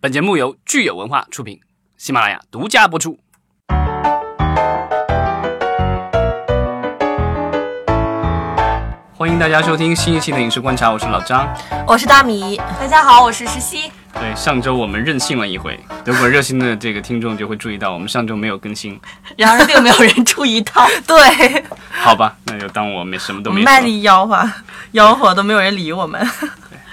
本节目由聚友文化出品，喜马拉雅独家播出。欢迎大家收听新一期的《影视观察》，我是老张。我是大米，大家好，我是石溪。对，上周我们任性了一回，如果热心的这个听众就会注意到，我们上周没有更新。然而并没有人注意到， 对，好吧，那就当我没什么都我没们说卖。力吆喝，吆喝都没有人理我们，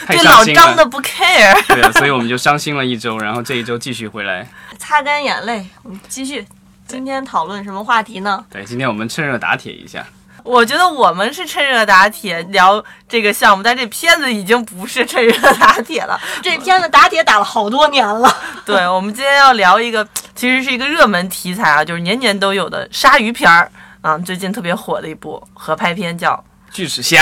太对伤老心啊张的了。不 care， 对啊，所以我们就伤心了一周，然后这一周继续回来。擦干眼泪，我们继续。今天讨论什么话题呢？对，今天我们趁热打铁一下。我觉得我们是趁热打铁聊这个项目，但这片子已经不是趁热打铁了。 这片子打铁打了好多年了，对，我们今天要聊一个，其实是一个热门题材啊，就是年年都有的鲨鱼片儿啊，最近特别火的一部合拍片叫巨齿虾，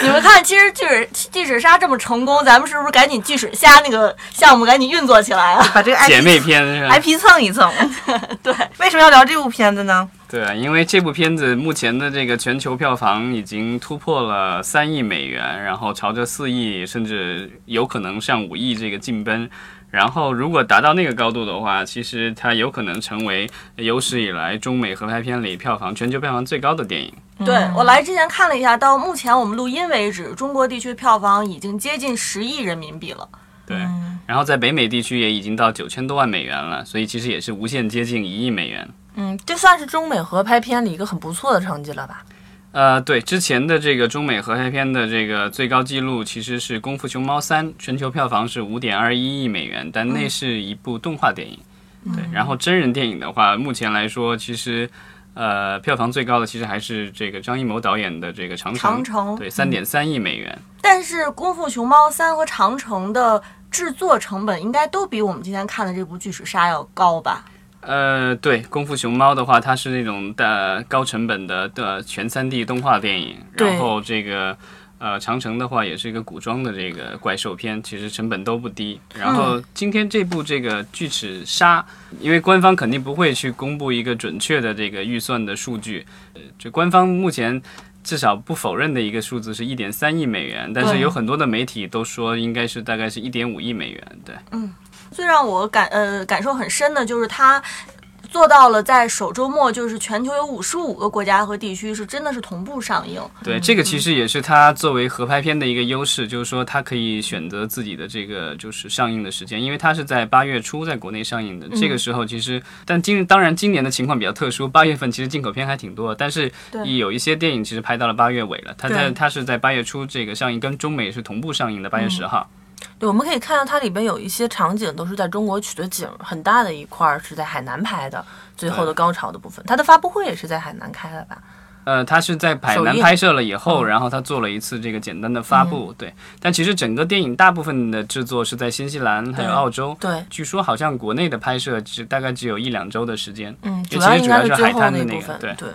你们看，其实巨齿巨齿鲨这么成功，咱们是不是赶紧巨齿虾那个项目赶紧运作起来啊？把这个姐 IP 妹篇是吧？ IP 蹭一蹭。 对，为什么要聊这部片子呢？对啊，因为这部片子目前的这个全球票房已经突破了三亿美元，然后朝着四亿甚至有可能上五亿这个进奔。然后如果达到那个高度的话，其实它有可能成为有史以来中美合拍片里票房全球票房最高的电影。嗯对我来之前看了一下，到目前我们录音为止，中国地区票房已经接近十亿人民币了。对，然后在北美地区也已经到九千多万美元了，所以其实也是无限接近一亿美元。嗯，这算是中美合拍片里一个很不错的成绩了吧？呃，对，之前的这个中美合拍片的这个最高纪录其实是《功夫熊猫三》，全球票房是五点二一亿美元，但嗯那是一部动画电影。对，然后真人电影的话，目前来说其实。呃，票房最高的其实还是这个张艺谋导演的这个《长城》，长城对，三点三亿美元。但是《功夫熊猫三》和《长城》的制作成本应该都比我们今天看的这部巨齿鲨要高吧？呃，对，《功夫熊猫》的话，它是那种的呃高成本的的全 3D 动画电影，对然后这个。呃，长城的话也是一个古装的这个怪兽片，其实成本都不低。然后今天这部这个巨齿鲨，因为官方肯定不会去公布一个准确的这个预算的数据，呃，就官方目前至少不否认的一个数字是一点三亿美元，但是对有很多的媒体都说应该是大概是一点五亿美元，对。最让我感呃感受很深的就是它做到了在首周末，就是全球有五十五个国家和地区是真的是同步上映。对，这个其实也是它作为合拍片的一个优势，就是说它可以选择自己的这个就是上映的时间，因为它是在八月初在国内上映的。这个时候其实，但今当然今年的情况比较特殊，八月份其实进口片还挺多，但是对有一些电影其实拍到了八月尾了，它在对它是在八月初这个上映，跟中美是同步上映的，八月十号。对，我们可以看到它里边有一些场景都是在中国取的景，很大的一块儿是在海南拍的，最后的高潮的部分。它的发布会也是在海南开的吧？呃，他是在海首南映嗯拍摄了以后，然后他做了一次这个简单的发布，对。但其实整个电影大部分的制作是在新西兰还有对澳洲，对据说好像国内的拍摄只大概只有一两周的时间。嗯，尤主其是应该主要是最海后滩的一那部个分。对对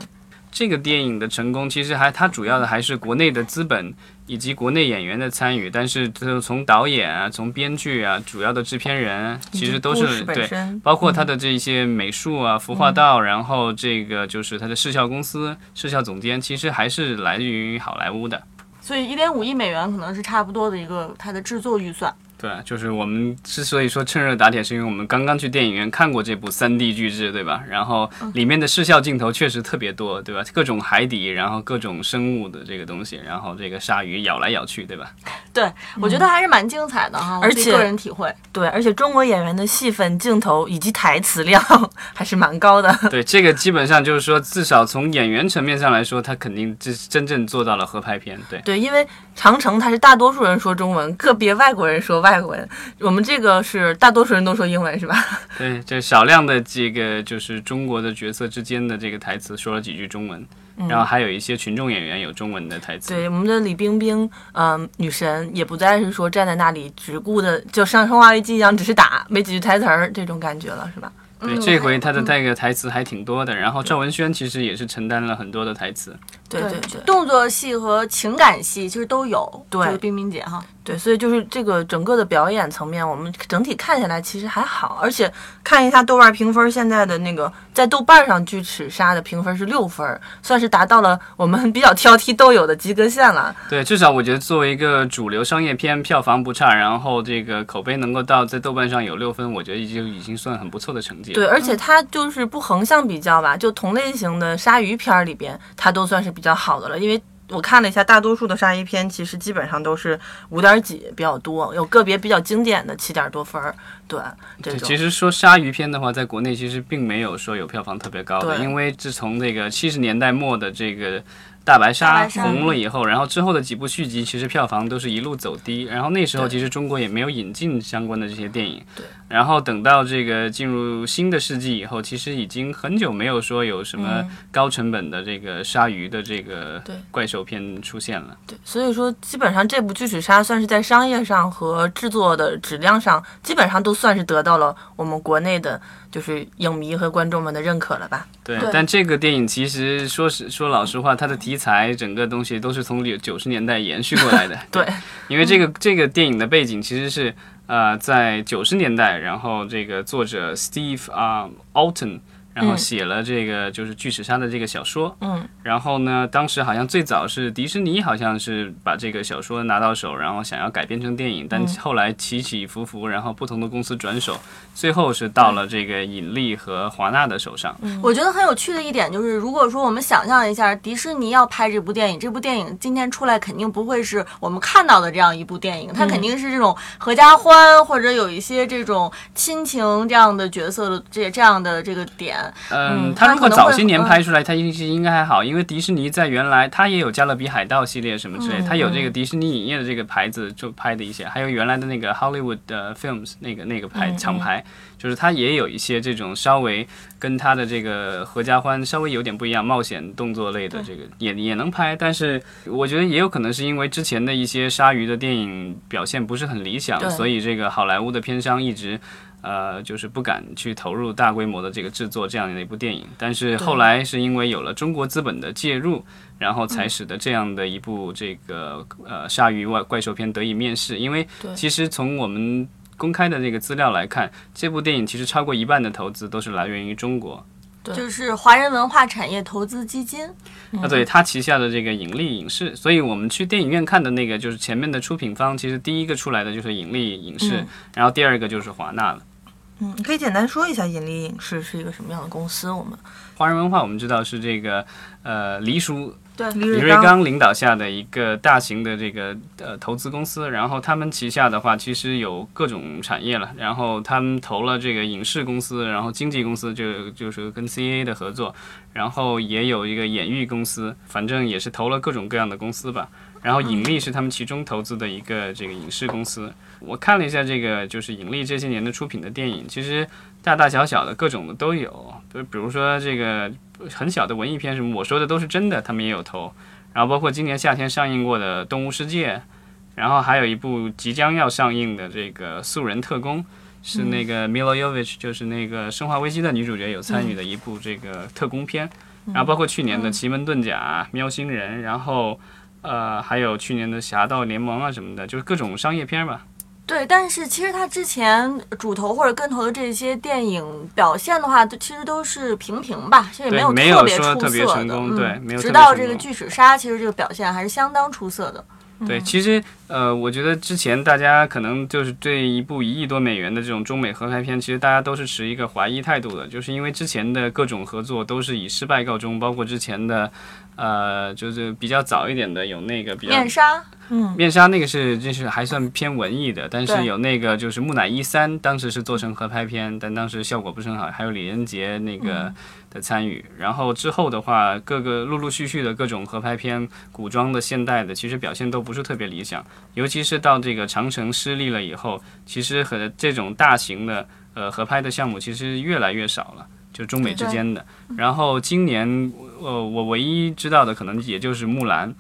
这个电影的成功，其实还它主要的还是国内的资本以及国内演员的参与，但是就是从导演啊、从编剧啊、主要的制片人啊，其实都故是事本对。身包括它的这些美术啊、服化道，然后这个就是它的视效公司、视效总监，其实还是来自于好莱坞的。所以一点五亿美元可能是差不多的一个它的制作预算。对，就是我们之所以说趁热打铁，是因为我们刚刚去电影院看过这部三 D 巨制，对吧？然后里面的视效镜头确实特别多，对吧？各种海底，然后各种生物的这个东西，然后这个鲨鱼咬来咬去，对吧？对，嗯我觉得还是蛮精彩的哈，我而自己且个人体会。对，而且中国演员的戏份、镜头以及台词量 还是蛮高的。 对，这个基本上就是说，至少从演员层面上来说，他肯定真真正做到了合拍片。对，对，因为长城它是大多数人说中文，个别外国人说外文，我们这个是大多数人都说英文，是吧？对，这少量的这个就是中国的角色之间的这个台词说了几句中文，然后还有一些群众演员有中文的台词。对，我们的李冰冰，嗯、女神也不再是说站在那里只顾的，就像《生化危机》一样，只是打，没几句台词儿这种感觉了，是吧？嗯对，这回他的那个台词还挺多的，然后赵文轩其实也是承担了很多的台词。对对就动作戏和情感戏其实都有，对就是冰冰姐哈，对，所以就是这个整个的表演层面，我们整体看下来其实还好，而且看一下豆瓣评分，现在的那个在豆瓣上锯齿鲨的评分是六分，算是达到了我们比较挑剔豆友的及格线了。对，至少我觉得作为一个主流商业片，票房不差，然后这个口碑能够到在豆瓣上有六分，我觉得已经已经算很不错的成绩了。对，而且它就是不横向比较吧，就同类型的鲨鱼片儿里边，它都算是比较好的了，因为。我看了一下，大多数的鲨鱼片其实基本上都是五点几比较多，有个别比较经典的七点多分儿。对，这对，种其实说鲨鱼片的话，在国内其实并没有说有票房特别高的，对因为自从这个七十年代末的这个大白鲨大白鲨红嗯了以后，然后之后的几部续集其实票房都是一路走低，然后那时候对其实中国也没有引进相关的这些电影对，然后等到这个进入新的世纪以后，其实已经很久没有说有什么高成本的这个鲨鱼的这个嗯对怪兽片出现了。对，所以说基本上这部《巨齿鲨》算是在商业上和制作的质量上，基本上都算是得到了我们国内的就是影迷和观众们的认可了吧。对对，但这个电影其实说实说老实话，它的题材整个东西都是从九九十年代延续过来的。对，因为这个这个电影的背景其实是呃在九十年代，然后这个作者 Steve 啊、Alton。然后嗯写了这个就是巨齿鲨的这个小说，嗯，然后呢，当时好像最早是迪士尼，好像是把这个小说拿到手，然后想要改编成电影，嗯但后来起起伏伏，然后不同的公司转手，最后是到了这个引力和华纳的手上。我觉得很有趣的一点就是，如果说我们想象一下，迪士尼要拍这部电影，这部电影今天出来肯定不会是我们看到的这样一部电影，它肯定是这种合家欢或者有一些这种亲情这样的角色的这这样的这个点。嗯，嗯他它如果可能早会些年嗯拍出来，他应应该还好，因为迪士尼在原来它也有《加勒比海盗》系列什么之类，它有这嗯个迪士尼影业的这个牌子就拍的一些，还有原来的那个 Hollywood 的 Films 那个那个牌嗯厂牌，就是它也有一些这种稍微跟它的这个合家欢稍微有点不一样，冒险动作类的这个也也能拍，但是我觉得也有可能是因为之前的一些鲨鱼的电影表现不是很理想，对所以这个好莱坞的片商一直。呃，就是不敢去投入大规模的这个制作这样的一部电影。但是后来是因为有了中国资本的介入，然后嗯才使得这样的一部这个呃鲨鱼怪怪兽片得以面世。因为对其实从我们公开的这个资料来看，这部电影其实超过一半的投资都是来源于中国。对就是华人文化产业投资基金，啊，对，它旗下的这个引力影视，所以我们去电影院看的那个就是前面的出品方，其实第一个出来的就是引力影视，然后第二个就是华纳了。嗯，你可以简单说一下引力影视是一个什么样的公司？我们华人文化我们知道是这个呃黎叔对，李李瑞瑞刚刚领导下的一个大型的这个呃投资公司，然后他们旗下的话其实有各种产业了，然后他们投了这个影视公司，然后经纪公司就就是跟 CAA 的合作，然后也有一个演艺公司，反正也是投了各种各样的公司吧。然后引力是他们其中投资的一个这个影视公司。我看了一下这个就是引力这些年的出品的电影，其实大大小小的各种的都有，比比如说这个很小的文艺片什么，我说的都是真的，他们也有投。然后包括今年夏天上映过的《动物世界》，然后还有一部即将要上映的这个《素人特工》，是那个 Mila Jovovich，就是那个《生化危机》的女主角有参与的一部这个特工片。然后包括去年的《奇门遁甲》《喵星人》，然后呃还有去年的《侠盗联盟》啊什么的，就是各种商业片吧。对，但是其实他之前主投或者跟投的这些电影表现的话，都其实都是平平吧，其实也对有没有特别说出特别色成的功嗯、对没有特别直到成这个功巨齿鲨，其实这个表现还是相当出色的。嗯对，其实呃，我觉得之前大家可能就是对一部一亿多美元的这种中美合拍片，其实大家都是持一个怀疑态度的，就是因为之前的各种合作都是以失败告终，包括之前的呃，就是比较早一点的有那个比较面纱，面纱那个是就是还算偏文艺的，但是对有那个就是木乃伊三，当时是做成合拍片，但当时效果不是很好，还有李连杰那嗯个的参与。然后之后的话，各个陆陆续续的各种合拍片，古装的、现代的，其实表现都不是特别理想，尤其是到这个长城失利了以后，其实和这种大型的呃合拍的项目其实越来越少了。就中美之间的，然后今年，呃，我唯一知道的可能也就是木兰，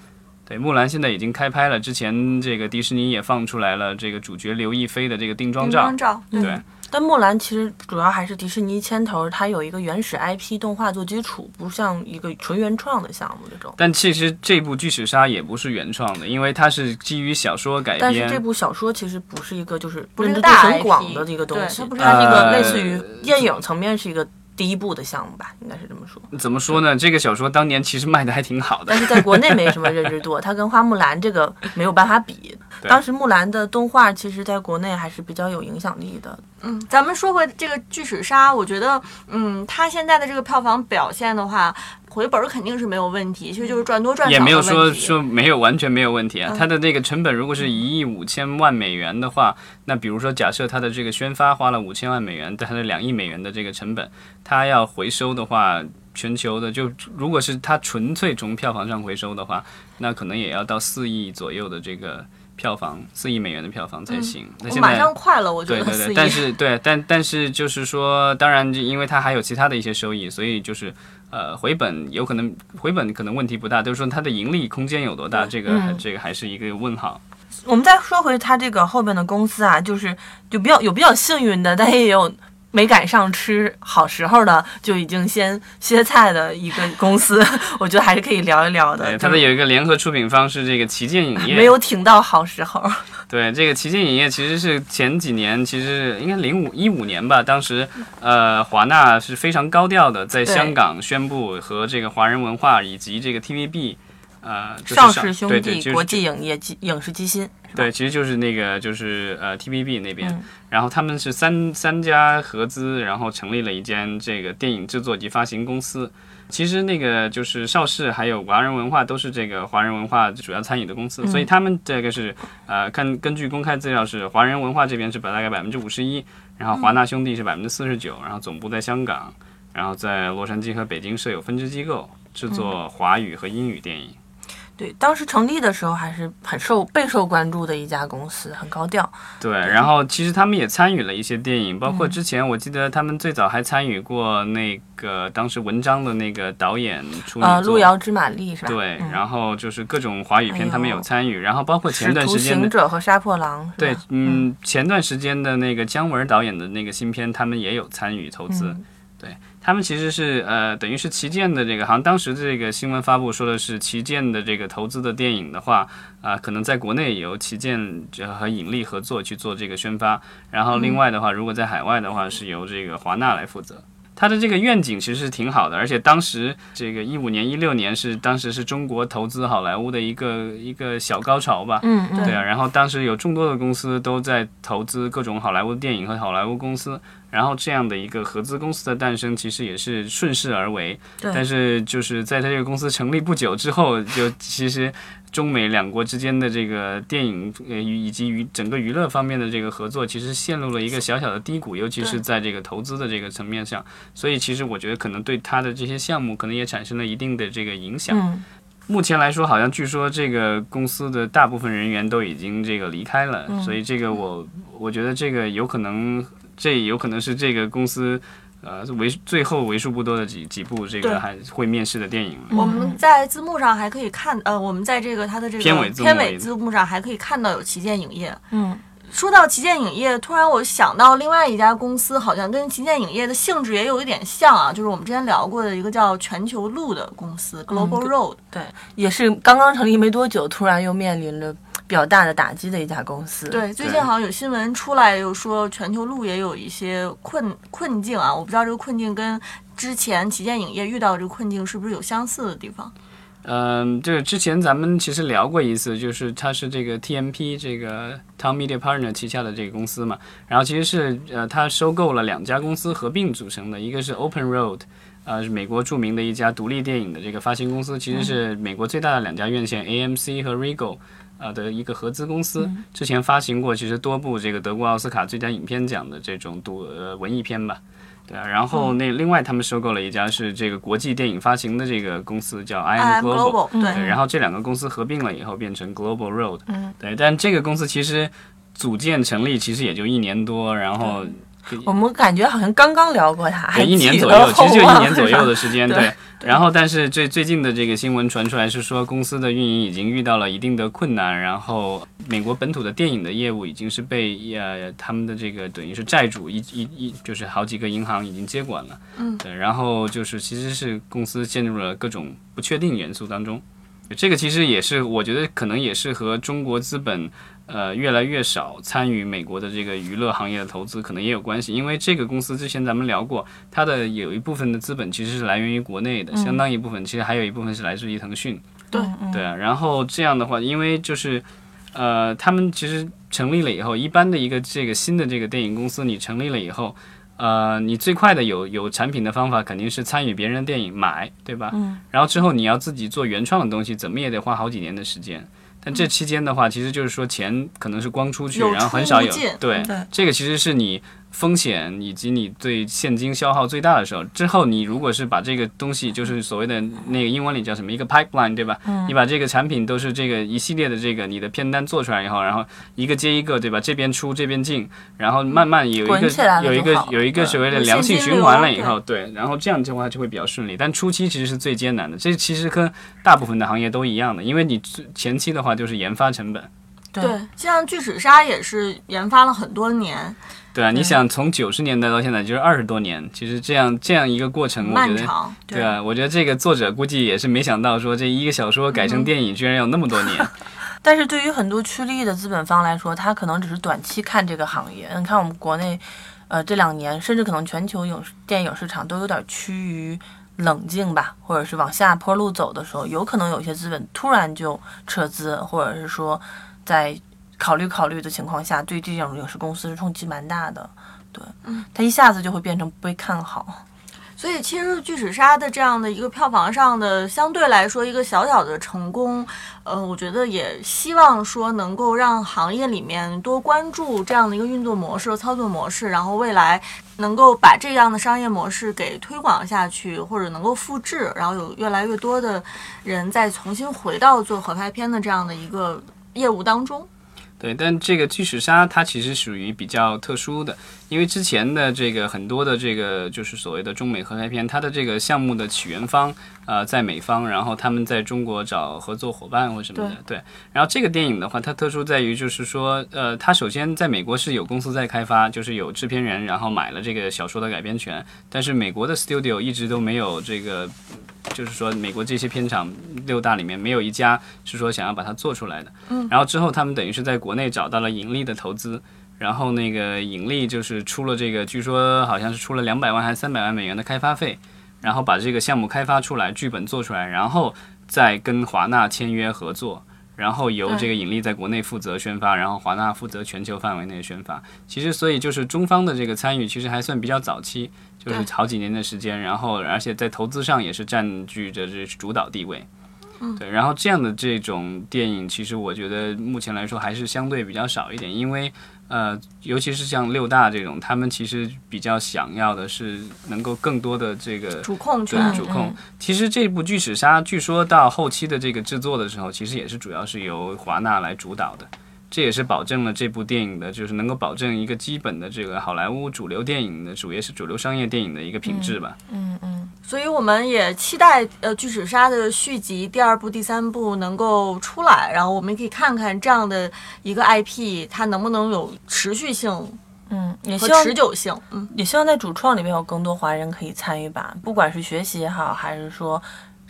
对，木兰现在已经开拍了，之前这个迪士尼也放出来了这个主角刘亦菲的这个定妆灯照嗯嗯光，照，对对，但木兰其实主要还是迪士尼牵头，它有一个原始 IP 动画做基础，不像一个纯原创的项目这种。但其实这部《巨齿鲨》也不是原创的，因为它是基于小说改但是这编。部小说其实不是一个就是是认个知度大很 IP 广的一个东对西它，不是它是一个呃类似于电影层面是一个第一部的项目吧，应该是这么 说。怎么说呢？这个小说当年其实卖的还挺好的但。是在国内没什么认知度，它跟花木兰这个没有办法比。对当时木兰的动画其实在国内还是比较有影响力的，嗯，咱们说回这个巨齿鲨，我觉得，嗯，它现在的这个票房表现的话，回本儿肯定是没有问题，其实就是赚多赚也少的没有说问题。嗯说没有完全没有问题啊。它的那个成本如果是一亿五千万美元的话，那比如说假设它的这个宣发花了五千万美元，但它的两亿美元的这个成本，它要回收的话，全球的就如果是它纯粹从票房上回收的话，那可能也要到四亿左右的这个票房，四亿美元的票房才行。那、嗯我现马在上快了，我觉对得 对四对，亿但是对，但但是就是说，当然，就因为它还有其他的一些收益，所以就是呃，回本有可能回本可能问题不大，就是说它的盈利空间有多嗯大，这个、这个还是一个问号。我们再说回它这个后面的公司啊，就是就比较有比较幸运的，但也有没赶上吃好时候的，就已经先歇菜的一个公司， 我觉得还是可以聊一聊的。对，就呃它的有一个联合出品方是这个旗舰影业，没有挺到好时候，对，这个旗舰影业其实是前几年，其实应该零五一五年吧，当时呃，华纳是非常高调的在对香港宣布和这个华人文化以及这个 TVB。呃，就是上市兄对对弟就是国际影业基影视基金，对，其实就是那个就是呃 TVB 那边，嗯然后他们是三三家合资，然后成立了一间这个电影制作及发行公司。其实那个就是邵氏还有华人文化都是这个华人文化主要参与的公司，所以他们这个是呃看根据公开资料是华人文化这边是百大概百分之五十一，然后华纳兄弟是百分之四十九，然后总部在香港，然后在洛杉矶和北京设有分支机构，制作华语和英语电影。对，当时成立的时候还是很受备受关注的一家公司，很高调。对，嗯然后其实他们也参与了一些电影，包括之前我记得他们最早还参与过那个当时文章的那个导演处女呃，作路遥知马力是吧？对，嗯、然后就是各种华语哎片呦他们有参与，然后包括前使段徒时间行的者和杀破狼是吧对，嗯，前段时间的那个姜文导演的那个新片，他们也有参与投资。嗯对他们其实是呃，等于是旗舰的这个，好像当时这个新闻发布说的是旗舰的这个投资的电影的话，啊、可能在国内由旗舰呃和引力合作去做这个宣发，然后嗯另外的话，如果在海外的话，是由这个华纳来负责。它的这个愿景其实是挺好的，而且当时这个一五年、一六年是当时是中国投资好莱坞的一个一个小高潮吧，嗯嗯，对啊，然后当时有众多的公司都在投资各种好莱坞电影和好莱坞公司，然后这样的一个合资公司的诞生，其实也是顺势而为。对但是就是在它这个公司成立不久之后，就其实中美两国之间的这个电影呃以以及娱整个娱乐方面的这个合作，其实陷入了一个小小的低谷，尤其是在这个投资的这个层面上。所以其实我觉得可能对它的这些项目，可能也产生了一定的这个影响。嗯，目前来说，好像据说这个公司的大部分人员都已经这个离开了，所以这个我我觉得这个有可能，这有可能是这个公司呃为最后为数不多的几几部这对个还会面世的电影了。我们在字幕上还可以看，呃，我们在这个它的这个片尾字幕里字幕上还可以看到有旗舰影业。嗯，说到旗舰影业，突然我想到另外一家公司，好像跟旗舰影业的性质也有一点像啊，就是我们之前聊过的一个叫全球路的公司嗯 Global Road。对，也是刚刚成立没多久，突然又面临了比较大的打击的一家公司。，对，最近对好像有新闻出来，又说全球路也有一些困困境啊，我不知道这个困境跟之前旗舰影业遇到的这个困境是不是有相似的地方？嗯，就是之前咱们其实聊过一次，就是它是这个 TMP 这个 Tom Media Partner 旗下的这个公司嘛，然后其实是呃，它收购了两家公司合并组成的，一个是 Open Road，呃，是美国著名的一家独立电影的这个发行公司，其实是美国最大的两家院线 AMC 和 Regal。呃的一个合资公司，之前发行过其实多部这个德国奥斯卡最佳影片奖的这种独呃文艺片吧，对啊，然后那另外他们收购了一家是这个国际电影发行的这个公司叫 I IM M Global， Global 对对，然后这两个公司合并了以后变成 Global Road，对，但这个公司其实组建成立其实也就一年多，然后我们感觉好像刚刚聊过它，还对，一年记左得右，其实就吗一年左右的时间， 对对。然后，但是最最近的这个新闻传出来是说，公司的运营已经遇到了一定的困难，然后美国本土的电影的业务已经是被呃他们的这个等于是债主一一一就是好几个银行已经接管了，嗯，对。然后就是其实是公司陷入了各种不确定元素当中，这个其实也是我觉得可能也是和中国资本。呃，越来越少参与美国的这个娱乐行业的投资，可能也有关系。因为这个公司之前咱们聊过，它的有一部分的资本其实是来源于国内的，相当一部分，其实还有一部分是来自于腾讯。对对啊，然后这样的话，因为就是呃，他们其实成立了以后，一般的一个这个新的这个电影公司，你成立了以后。呃，你最快的有有产品的方法，肯定是参与别人的电影买，对吧？嗯。然后之后你要自己做原创的东西，怎么也得花好几年的时间。但这期间的话，其实就是说钱可能是光出去，有然后很出少无有进对对这个其实是你风险以及你对现金消耗最大的时候。之后你如果是把这个东西，就是所谓的那个英文里叫什么一个 pipeline，对吧？嗯你把这个产品都是这个一系列的这个你的片单做出来以后，然后一个接一个，对吧？这边出这边进，然后慢慢有一滚起个来了有一就个好有一个对所谓的有良性现金循流环了以后，对，然后这样的话就会比较顺利。但初期其实是最艰难的，这其实跟大部分的行业都一样的，因为你最前期的话就是研发成本。对，像巨齿鲨也是研发了很多年，对啊，你想从九十年代到现在就是二十多年，其实这样这样一个过程，我觉漫得长。对啊，我觉得这个作者估计也是没想到，说这一个小说改成电影居然有那么多年。但是对于很多趋利的资本方来说，他可能只是短期看这个行业。你看我们国内，呃，这两年甚至可能全球影视电影市场都有点趋于冷静吧，或者是往下坡路走的时候，有可能有些资本突然就撤资，或者是说在考虑考虑的情况下，对这种影视公司是冲击蛮大的。对，它一下子就会变成不被看好。所以其实巨齿鲨的这样的一个票房上的相对来说一个小小的成功，呃，我觉得也希望说能够让行业里面多关注这样的一个运作模式、操作模式，然后未来能够把这样的商业模式给推广下去，或者能够复制，然后有越来越多的人再重新回到做合拍片的这样的一个业务当中。对，但这个巨齿鲨它其实属于比较特殊的，因为之前的这个很多的这个就是所谓的中美合拍片，它的这个项目的起源方呃在美方，然后他们在中国找合作伙伴或什么的，对。然后这个电影的话，它特殊在于就是说，呃，它首先在美国是有公司在开发，就是有制片人，然后买了这个小说的改编权，但是美国的 studio 一直都没有这个。就是说，美国这些片场六大里面没有一家是说想要把它做出来的。然后之后他们等于是在国内找到了盈利的投资，然后那个盈利就是出了这个，据说好像是出了两百万还是三百万美元的开发费，然后把这个项目开发出来，剧本做出来，然后再跟华纳签约合作。然后由这个引力在国内负责宣发，然后华纳负责全球范围内宣发。其实，所以就是中方的这个参与，其实还算比较早期，就是好几年的时间。然后，而且在投资上也是占据着这主导地位。对，然后这样的这种电影，其实我觉得目前来说还是相对比较少一点，因为呃，尤其是像六大这种，他们其实比较想要的是能够更多的这个主控对权，嗯主控。其实这部《巨齿鲨》据说到后期的这个制作的时候，其实也是主要是由华纳来主导的，这也是保证了这部电影的，就是能够保证一个基本的这个好莱坞主流电影的主也是主流商业电影的一个品质吧。嗯嗯，所以我们也期待呃《巨齿鲨》的续集第二部、第三部能够出来，然后我们可以看看这样的一个 IP 它能不能有持续性嗯也和希望持久性。嗯，也希望在主创里面有更多华人可以参与吧，不管是学习也好，还是说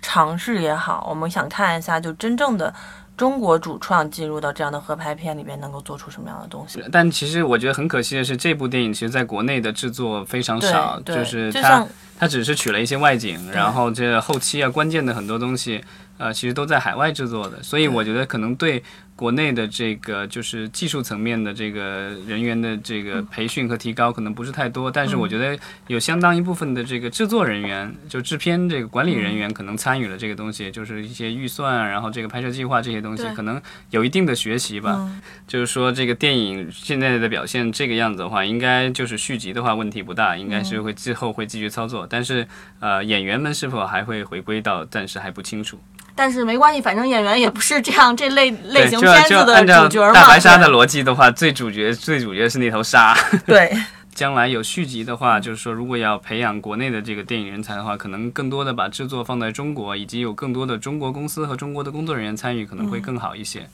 尝试也好，我们想看一下，就真正的中国主创进入到这样的合拍片里面，能够做出什么样的东西。但其实我觉得很可惜的是，这部电影其实在国内的制作非常对少，对是就它像它只是取了一些外景，然后这后期啊关键的很多东西，呃，其实都在海外制作的，所以我觉得可能对国内的这个就是技术层面的这个人员的这个培训和提高可能不是太多，但是我觉得有相当一部分的这个制作人员，就制片这个管理人员可能参与了这个东西，就是一些预算啊，然后这个拍摄计划这些东西，对可能有一定的学习吧。就是说这个电影现在的表现这个样子的话，应该就是续集的话问题不大，应该嗯是会之后会继续操作，但是呃演员们是否还会回归到暂时还不清楚。但是没关系，反正演员也不是这样这类类对，型就片就子按的照主角嘛。大白鲨的对逻辑的话，最主角最主角是那头鲨，对，将来有续集的话，就是说如果要培养国内的这个电影人才的话，可能更多的把制作放在中国，以及有更多的中国公司和中国的工作人员参与，可嗯能会更好一些。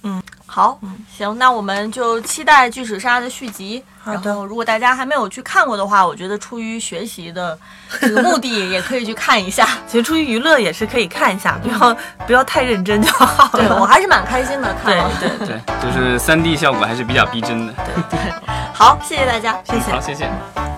好，行，那我们就期待《巨齿鲨》的续集。好然的后，如果大家还没有去看过的话，我觉得出于学习的这个目的，也可以去看一下。其实出于娱乐也是可以看一下，不要不要太认真就好对我了。还是蛮开心的，看对了。对对，就是三 D 效果还是比较逼真的。好，谢谢大家。对，谢谢好，。谢谢。